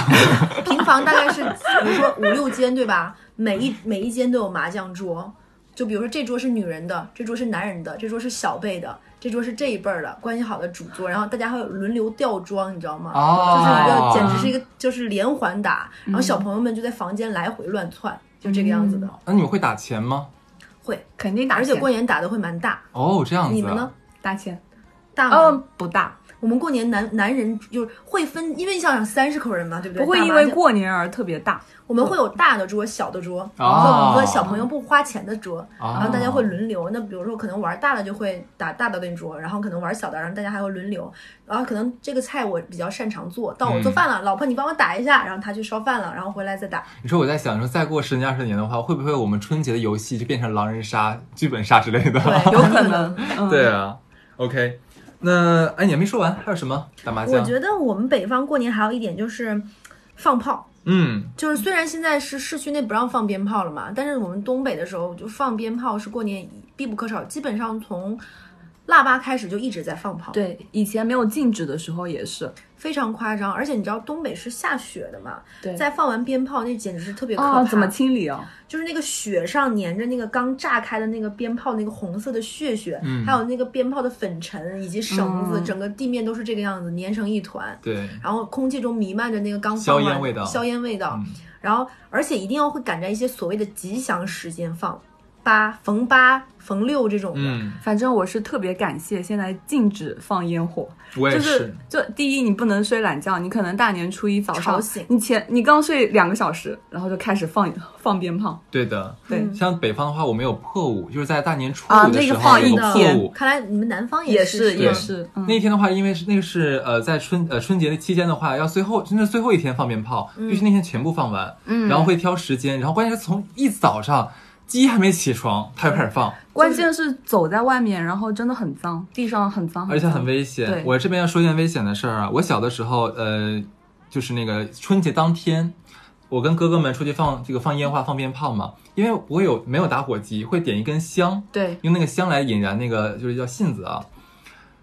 平房大概是比如说五六间对吧？每一每一间都有麻将桌，就比如说这桌是女人的，这桌是男人的，这桌是小辈的。这桌是这一辈儿的关系好的主桌，然后大家会轮流吊庄，你知道吗？
哦嗯
就是一个简直是一个就是连环打，然后小朋友们就在房间来回乱窜，就这个样子的。
那你们会打钱吗？
会，
肯定打
而且
钱
过年打的会蛮大。
哦，这样子。
你们呢？？
打钱，
大吗？
嗯，不大，
我们过年男男人就是会分，因为你想想三十口人嘛，对不对？
不会
打麻
因为
将
过年而特别大。
我们会有大的桌、小的桌，和
哦
和小朋友不花钱的桌，
哦
然后大家会轮流。那比如说，可能玩大的就会打大的那桌，然后可能玩小的，然后大家还会轮流。然后可能这个菜我比较擅长做，
嗯
到我做饭了，老婆你帮我打一下，然后他去烧饭了，然后回来再打。
你说我在想说，再过十年二十年的话，会不会我们春节的游戏就变成狼人杀、剧本杀之类的？
对，
有可能。嗯，
对啊，OK。那哎，你还没说完，还有什么打麻
我
将？
觉得我们北方过年还有一点就是放炮。
嗯，
就是虽然现在是市区内不让放鞭炮了嘛，但是我们东北的时候就放鞭炮是过年必不可少，基本上从腊八开始就一直在放炮，，
对，以前没有禁止的时候也是，
非常夸张。而且你知道东北是下雪的嘛，
对
在放完鞭炮那简直是特别可怕，
啊，怎么清理啊？
就是那个雪上粘着那个刚炸开的那个鞭炮那个红色的血血，
嗯
还有那个鞭炮的粉尘以及绳子，
嗯
整个地面都是这个样子，粘成一团。
对，
然后空气中弥漫着那个刚
硝
放完
烟味道
硝烟味道。
嗯
然后，而且一定要会赶在一些所谓的吉祥时间放，八逢八逢六这种的。
嗯，
反正我是特别感谢现在禁止放烟火，
我也，
就是就第一你不能睡懒觉，你可能大年初一早
吵
上
醒
你前你刚睡两个小时，然后就开始放 放鞭炮，
对的。
对，
嗯
像北方的话，我们有破五，就是在大年初
啊
五的
那
时
个
候
放
有
一
破
天
五。
看来你们南方
也
是
是
是
对
也
吗
是，嗯，
那天的话，因为是那个是呃，在春呃春节的期间的话，要最后真的最后一天放鞭炮，必须那天全部放完，
嗯
然后会挑时间，然后关键是从一早上鸡还没起床，它就开始放，
关键是走在外面，然后真的很脏，地上很脏，
而且很
脏
危险
哦对。
我这边要说一件危险的事儿啊，我小的时候，呃，就是那个春节当天，我跟哥哥们出去放这个放烟花、放鞭炮嘛，因为我有没有打火机，会点一根香，
对，
用那个香来引燃那个就是叫信子啊。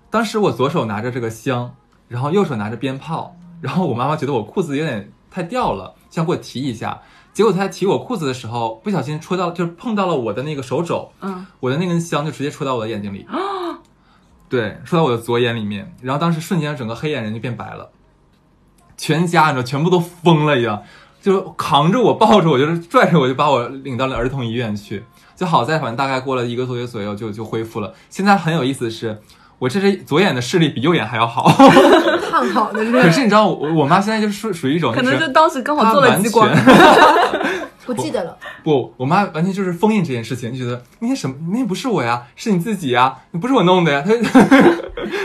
当时我左手拿着这个香，然后右手拿着鞭炮，然后我妈妈觉得我裤子有点太掉了，想给我提一下。结果她在提我裤子的时候，不小心戳到，就是碰到了我的那个手肘，
嗯，
我的那根香就直接戳到我的眼睛里，对，戳到我的左眼里面，然后当时瞬间整个黑眼人就变白了，全家你知道全部都疯了一样，就是扛着我抱着我，就是拽着我就把我领到了儿童医院去，就好在反正大概过了一个多月左右就就恢复了。现在很有意思的是，我这只左眼的视力比右眼还要好，
烫好的是 吧
可是你知道我我妈现在就是属属于一种
可
就
能
是
就当时刚好
她
做了
完
激光，
全
不记得了。
不，我妈完全就是封印这件事情，就觉得那些什么，那些不是我呀，是你自己呀，不是我弄的呀，她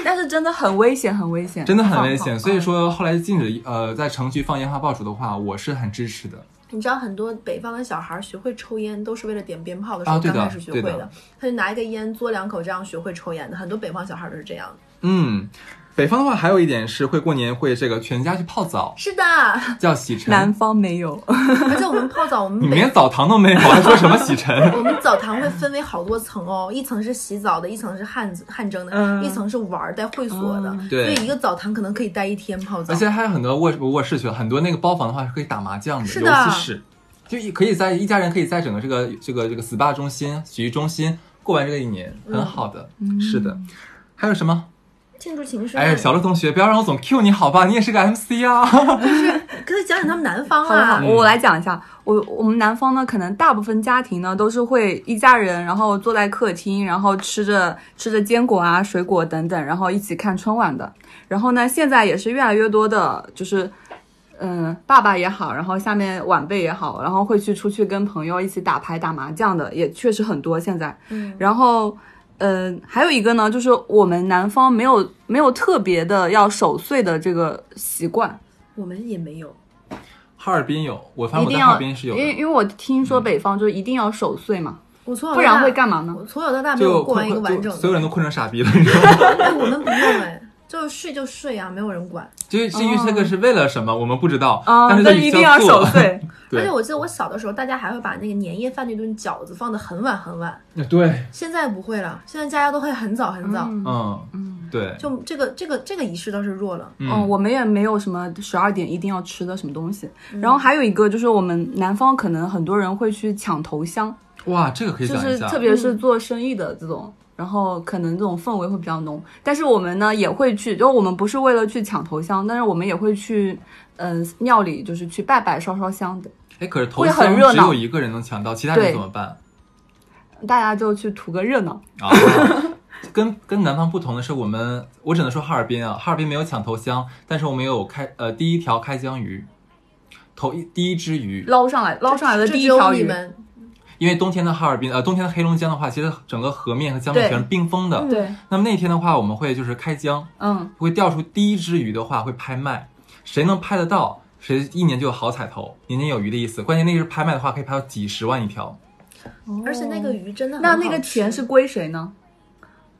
但是真的很危险，很危险，
真的很
放嗯
危
炮
险。所以，说后来禁止呃在城区放烟花爆竹的话，我是很支持的。
你知道很多北方的小孩学会抽烟都是为了点鞭炮的时
啊
候
对
刚
的
开始学会
对的
他就拿一个烟嘬两口，这样学会抽烟的。很多北方小孩都是这样的。
嗯，北方的话还有一点是会过年会这个全家去泡澡，
是的，
叫洗
嗯南
尘。
方没有，
而且我们泡澡，我
你
们
们
北
连澡堂都没有，还说什么洗尘？
我们澡堂会分为好多层哦，一层是洗澡的，一层是汗汗蒸的，
嗯
一层是玩儿带会所的，
对
所以一个澡堂可能可以待一天泡澡
而。且还有很多卧卧室去了，很多那个包房的话是可以打麻将的，
是
游
的
戏室，就一可以在一家人可以在整个这个这个这个 SPA 中心、洗浴中心过完这个一年，很好的。
嗯
是的，还有什么？
庆祝情深，
哎，小鹿同学，不要让我总 Q 你好吧？你也是个 MC 啊。
可以讲讲他们南方
好了，好
啊
了，，我来讲一下，我我们南方呢，可能大部分家庭呢都是会一家人，然后坐在客厅，然后吃着吃着坚果啊、水果等等，然后一起看春晚的。然后呢，现在也是越来越多的，就是。嗯，爸爸也好，然后下面晚辈也好，然后会去出去跟朋友一起打牌、打麻将的，也确实很多现在。
嗯，
然后，呃，还有一个呢，就是我们南方没有没有特别的要守岁的这个习惯，
我们也没有。
哈尔滨有，我反正
一
我
定
在哈尔
要，
滨是有
因为
的，嗯
因为我听说北方就是一定要守岁嘛，
我从小
不
到大
然会干嘛呢？
我从小到大没有
就
过完一个
困
完
就
整
所有
的。
人都困成傻逼了，你知道吗？
哎，我们不用哎，就是睡就睡啊，没有人管。
就是是因为这个是为了什么，我们不知道，
啊、
哦
是就
但一定要守。 岁。
而
对
且我记得我小的时候，大家还会把那个年夜饭那顿饺子放得很晚很晚。
对，
现在不会了，现在大家都会很早很早。
嗯
嗯
嗯
对，
就这个这个这个仪式倒是弱了。
哦，我们也没有什么十二点一定要吃的什么东西。然后
嗯
还有一个就是我们南方可能很多人会去抢头香，
哇，这个可以
就
讲
是
一下
特。别
嗯
是做生意的这种，然后可能这种氛围会比较浓。但是我们呢也会去，就我们不是为了去抢头香，但是我们也会去，嗯、庙里就是去拜拜烧烧香的，
哎，可是头
会
香
很热
只
闹
有一个人能抢到，其他人
对
怎么 办
大家就去图个热闹。
啊？跟跟南方不同的是，我们我只能说哈尔滨啊，哈尔滨没有抢头香，但是我们有开呃第一条开江鱼，头一第一只鱼，
捞上来，捞上来的
这
第
只
一
有
条
你
鱼，
们
因为冬天的哈尔滨，呃，冬天的黑龙江的话，其实整个河面和江面
对嗯
全是冰封的。
对，
那么那天的话，我们会就是开江，
嗯，
会钓出第一只鱼的话会拍卖，谁能拍得到，谁一年就有好彩头，年年有余的意思。关键那是拍卖的话，可以拍到几十万一条。
而且那个鱼真的很
那
好吃
那个钱是归谁呢？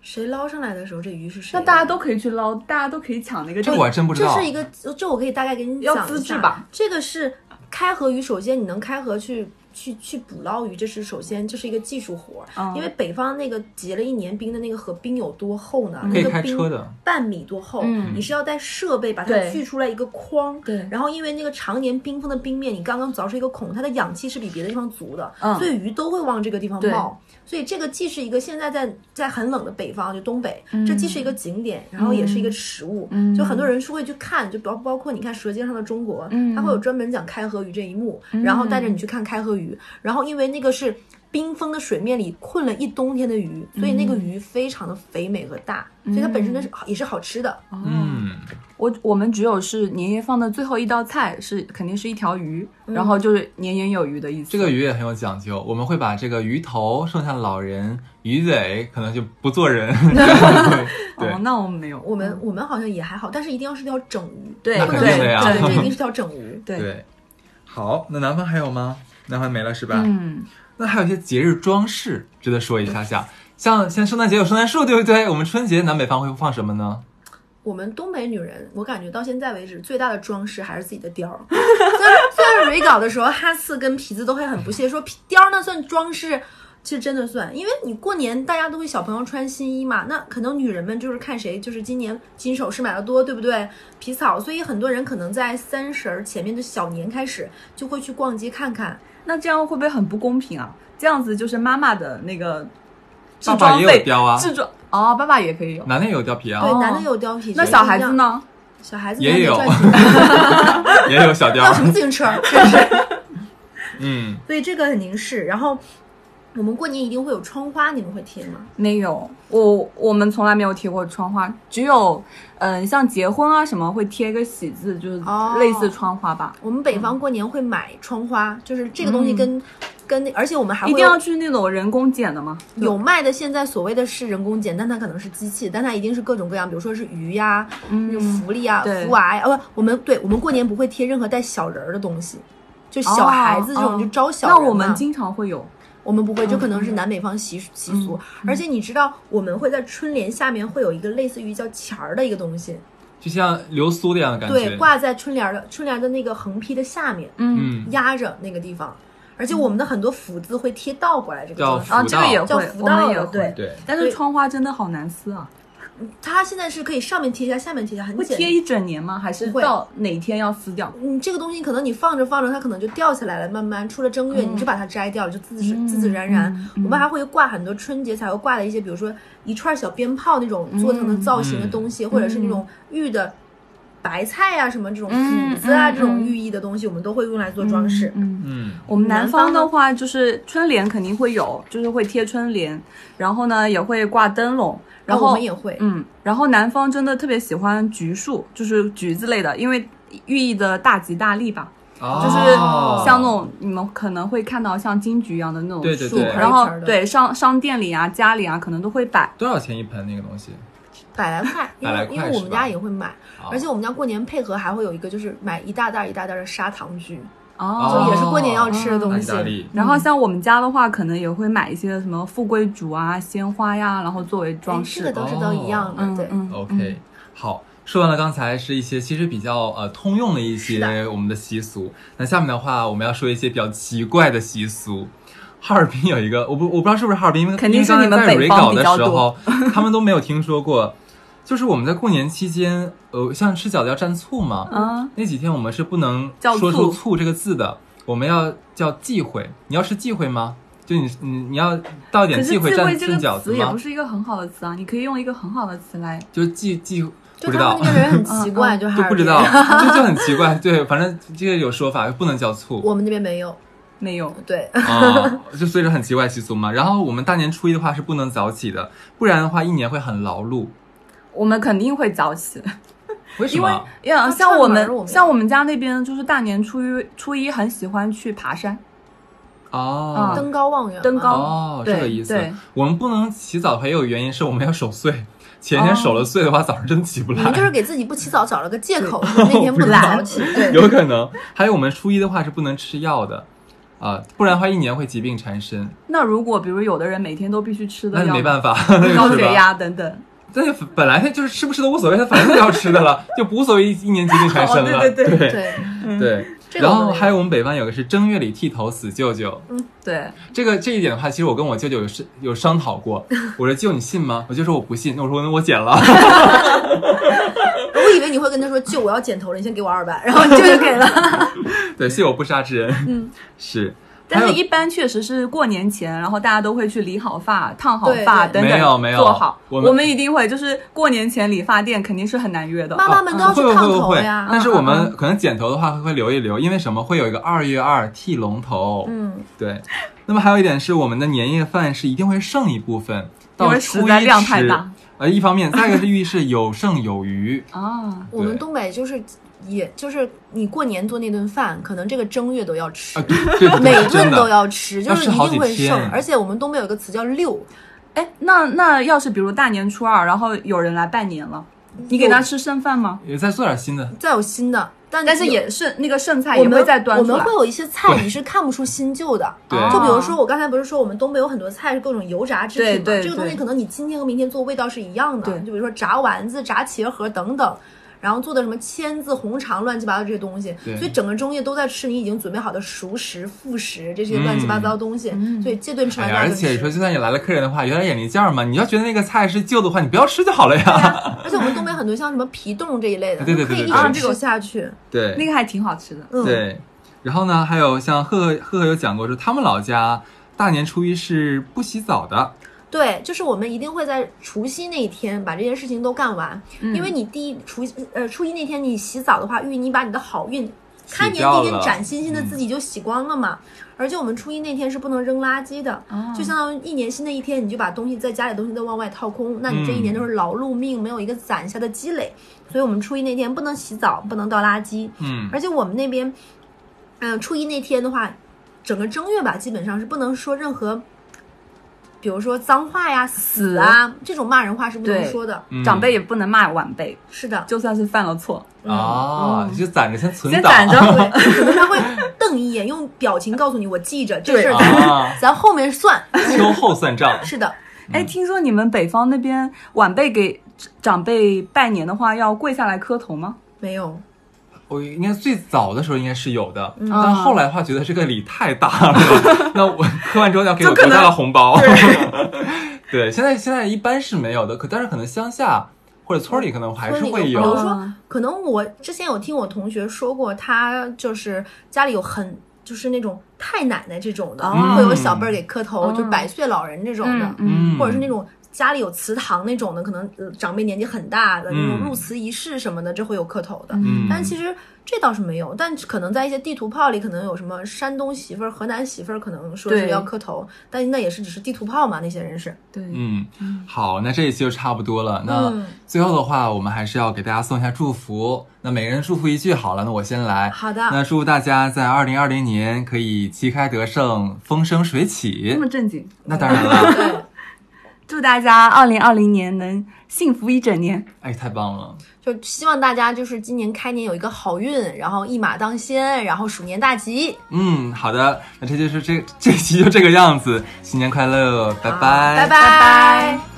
谁捞上来的时候，这鱼是谁
那
的？
大家都可以去捞，大家都可以抢那个
这个我还真不知
这
道
是。一个，这我可以大概给你
要
讲一
资质
下
吧。
这个是开河鱼，首先你能开河去去去捕捞鱼，这是首先这是一个技术活儿，
嗯
因为北方那个结了一年冰的那个河冰有多厚呢？
嗯
可
那
以
个
开
冰
车的，
半米多厚，
嗯
你是要带设备把它
对
锯出来一个框。
对
然后因为那个常年冰封的冰面，你刚刚凿出一个孔，它的氧气是比别的地方足的，
嗯
所以鱼都会往这个地方
对
冒。所以这个既是一个现在在在很冷的北方，就东北，这既是一个景点，然后也是一个食物。
嗯
就很多人是会去看，就包包括你看《舌尖上的中国》
嗯
它会有专门讲开河鱼这一幕，然后带着你去看开河鱼，然后因为那个是。冰封的水面里困了一冬天的鱼，所以那
嗯
个鱼非常的肥美和大，所以它本身的是也是好吃的。
嗯，
哦我我们只有是年夜饭的最后一道菜是肯定是一条鱼，然后就是年年有余的意
嗯
思。
这个鱼也很有讲究，我们会把这个鱼头剩下老人，鱼尾可能就不做 人，对
哦，那我们没有，
我们我们好像也还好，但是一定要是条整鱼，
对
那
不
肯
能
定
是
的呀
对，这一定是条整 鱼。
对
对，好，那南方还有吗？南方没了是吧？
嗯，
那还有一些节日装饰值得说一下下，像像圣诞节有圣诞树，对不对？我们春节南北方会放什么呢？
我们东北女人，我感觉到现在为止最大的装饰还是自己的貂儿。 虽然虽然蕊搞的时候，哈刺跟皮子都会很不屑说皮貂儿那算装饰。其实真的算，因为你过年大家都会小朋友穿新衣嘛，那可能女人们就是看谁就是今年金首饰买的多，对不对？皮草，所以很多人可能在三十儿前面的小年开始就会去逛街看看，
那这样会不会很不公平啊？这样子就是妈妈的那个
爸
制
爸
装
也有
费，
貂啊，
制装哦，爸爸也可以有。
男的也有貂皮啊
对，，
哦
男的有貂皮，
那
这
小
不一
孩子
样？
呢？
小孩子
也
才能
有
赚钱
也有 小
要什么
貂。
自 行车？真是。
嗯，
所以这个肯定是。然后我们过年一定会有窗花，你们会贴吗？
没有，我我们从来没有贴过窗花，只有嗯、呃像结婚啊什么会贴个喜字，就是
哦
类似窗花吧。
我们北方过年会买窗花，就是这个东西跟、跟那，而且我们还会
嗯一定要去那种人工剪的吗？
有卖的。现在所谓的是人工剪，但它可能是机器，但它一定是各种各样，比如说是鱼呀、那种
嗯，
福利啊、
对
福娃呀，呃，不，我们对我们过年不会贴任何带小人儿的东西。就小孩子这种、
哦
就招小人、
那
嘛。
我们嗯经常会有，
我们不会，这可能是南北方习俗习
嗯
俗。而且你知道，我们会在春联下面会有一个类似于叫钱儿的一个东西，
就像流苏的样的感
对，
觉。
挂在春联儿的春联儿的那个横批的下面，
嗯，
嗯，
压着那个地方。而且我们的很多福字会贴倒过来，这个
叫
地
福
方
啊，这个也
叫
会，
福
我们
到
也
的，
会。
对。
对，
但是窗花真的好难撕啊！
它现在是可以上面贴一下，下面贴一下，很
会
简
贴
单。
一整年吗？还是
不会
到哪天要撕掉？
嗯，这个东西可能你放着放着，它可能就掉下来了，慢慢出了正月，你就把它摘掉了，就自自
嗯
自自然然。
嗯
我们还会挂很多春节才会挂的一些，比如说一串小鞭炮那种做成的造型的
嗯
东西，或者是那种玉的白菜啊什么这种
嗯
斧子啊、
嗯
这种
嗯
寓意的东西，我们都会用来做装饰。
嗯，
嗯，
我们南
南方
方
呢
的话，就是春联肯定会有，就是会贴春联，然后呢也会挂灯笼，然
哦我
后
们也会，
嗯，然后南方真的特别喜欢橘树，就是橘子类的，因为寓意的大吉大利吧，就是
哦
像那种你们可能会看到像金桔一样的那种树，
对对对
然后
一盆儿的
对商商店里啊、家里啊可能都会摆。
多少钱一盆那个东西？
百来块，因
百来
为
块
因为我们
是吧
家也会买，
哦
而且我们家过年配合还会有一个，就是买一大袋一大袋的砂糖橘，
哦
就也是过年要吃的
意
东西哎
大。利，
然后像我们家的话，可能也会买一些什么富贵竹啊、鲜花呀，然后作为
哎
装
这
饰。
个都是都一样的，
嗯
对。
嗯
OK，、好，说完了刚才是一些其实比较呃通用的一
是
些我们的习俗，那下面的话我们要说一些比较奇怪的习俗。哈尔滨有一个，我不我不知道是不是哈尔滨，因为
肯定是
因为
你们
刚才在
北
蕊
方
搞
比
的
较
时
多
候， 他们都没有听说过。就是我们在过年期间，呃，像吃饺子要蘸醋嘛，
嗯
那几天我们是不能
叫
说
醋
出“醋”这个字的，我们要叫忌讳。你要吃忌讳吗？就你你你要倒一
可
点
是
忌
“
讳
忌
蘸
讳”这
吃饺
个
子
词也
吗
不？是一个很好的词啊，你可以用一个很好的词来。
就是忌忌，
就
不知
他
道
们 那边人很奇
嗯
怪，就
就
还
不知道， 就就很奇怪。对，反正这个有说法，不能叫醋
我们那边没有，
没有，
对，
啊，就所以说很奇怪习俗嘛。然后我们大年初一的话是不能早起的，不然的话一年会很劳碌。
我们肯定会早起。
为什
因为
么？
呀，
那
像我
串门儿我
们
们
像我们家那边，就是大年初一初一很喜欢去爬山，
哦
嗯
登高望远嘛，
登高
哦，这个
对
意思
对。
我们不能起早的话也有原因，是我们要守岁。前一
哦
天守了岁的话，早上真起不
你们就
来，
是给自己不起早找了个借口，说那天不能早起，对。
有可能。还有我们初一的话是不能吃药的。啊，不然的话一年会疾病缠身，
那如果比如有的人每天都必须吃
那
的
就
药，
没办法， 那就是
高
吧
血压等等，
但是本来他 就是吃不吃都无所谓，他反正都要吃的了，就不无所谓一一年级就产生了。
哦对对
对
对
对，
对
这个
然
我们
后
没
还有我们北方有个是正月里剃头死舅舅，
嗯对，
这个这一点的话，其实我跟我舅舅有是有商讨 过。我说舅，你信吗？我就说我不信。那我说那我剪了。
我以为你会跟他说：“舅，我要剪头了，你先给我二百。”然后舅就给了。
对，谢我不杀之恩。嗯，是。
但
还
是
有
一般确实是过年前，然后大家都会去理好发、烫好
对
发
对
等等，
没有没有
做好。
我们
我们一定会，就是过年前理发店肯定是很难约的。
妈妈们都要去
哦会会
烫
会
头
会
呀，。嗯
但是我们可能剪头的话会会留一留，因为什么？会有一个二月二剃龙头。
嗯，
对。那么还有一点是，我们的年夜饭是一定会剩一部分，
因
到
为
初
实
一
在量
吃
太大。
呃，一方面，再一个是寓意是有剩有 余。
啊，
我们
对
东北就是，也就是你过年做那顿饭，可能这个正月都要吃
啊，，对对对，
每
真
顿都
的。
要吃，就
要
是
吃
一
好
定
几
会
天
剩。而且我们东北有一个词叫“六
哎，那那要是比如大年初二，然后有人来拜年了，你给他吃剩饭吗？
也再做点新的”，。再有新的，
但
但是
有
也是那个剩菜
我
也
们
会再端
我
出
们
来
会。有一些菜你是看不出新旧的。
对
就比如说，我刚才不是说我们东北有很多菜是各种油炸制品嘛，
对对
这个
对
东西可能你今天和明天做味道是一样的，
对
就比如说炸丸子、炸茄盒等等，然后做的什么签子、红肠、乱七八糟这些东西，
对
所以整个中夜都在吃你已经准备好的熟食、副食这些乱七八糟的东西，
嗯
所以这顿吃
嗯哎
完
呀，
那
而
顿吃。
且说，就算你来了客人的话，有点眼力见儿嘛。你要觉得那个菜是旧的话，你不要吃就好了 呀。
而且我们东北很多像什么皮冻这一类的，
对对对
可以
对对
一直吃下去。
对，
那个还挺好吃的。
嗯，
对，然后呢，还有像赫赫赫赫有讲过，说他们老家大年初一是不洗澡的，
对，就是我们一定会在除夕那一天把这些事情都干完，
嗯
因为你第一除呃初一那天你洗澡的话，寓意你把你的好运，开年第一
掉
天
了嗯
崭新新的自己就洗光了嘛。而且我们初一那天是不能扔垃圾的，
哦
嗯
就相当于一年新的一天，你就把东西在家里的东西都往外掏空，那你这一年
嗯
都是劳碌命，没有一个攒下的积累。所以我们初一那天不能洗澡，不能倒垃圾，
嗯，
而且我们那边，嗯、初一那天的话，整个正月吧，基本上是不能说任何，比如说脏话呀、死啊这种骂人话是不能
对
说的。
嗯
长辈也不能骂晚辈，
是的，
就算是犯了错，
啊，就攒着先存
先
档，
攒着
对，可能他会瞪一眼，用表情告诉你我记着这事儿
对
啊，
咱咱后面算。
秋后算账。
是的，
哎，听说你们北方那边晚辈给长辈拜年的话，要跪下来磕头吗？
没有，
我应该最早的时候应该是有的，
啊
但后来的话觉得这个礼太大了，那我磕完之后要给我
就可
多
能
大的红包？ 对，现在现在一般是没有的，可但是可能乡下或者村里可能 还是
村里
会
有
有
比如
哦
说，可能我之前有听我同学说过，他就是家里有很。就是那种太奶奶这种的，
嗯
会有小辈儿给磕头，
嗯
就百岁老人这种的，
嗯嗯
嗯，
或者是那种家里有祠堂那种的，可能呃长辈年纪很大的那种
嗯
入祠仪式什么的，这会有磕头的。
嗯，
但其实这倒是没有，但可能在一些地图炮里，可能有什么山东媳妇儿、河南媳妇儿，可能说是
对
要磕头，但那也是只是地图炮嘛，那些人是。
对，
嗯，好，那这一期就差不多了。那
嗯
最后的话，我们还是要给大家送一下祝福。那每人祝福一句好了，那我先来。
好的，
那祝大家在二零二零年可以旗开得胜，风生水起。
这么正经。
那当然 了，
对，
祝大家二零二零年能幸福一整年。
哎，太棒了！
就希望大家就是今年开年有一个好运，然后一马当先，然后鼠年大吉，
嗯，好的，那这就是这这期就这个样子，新年快乐，拜
拜
拜
拜
拜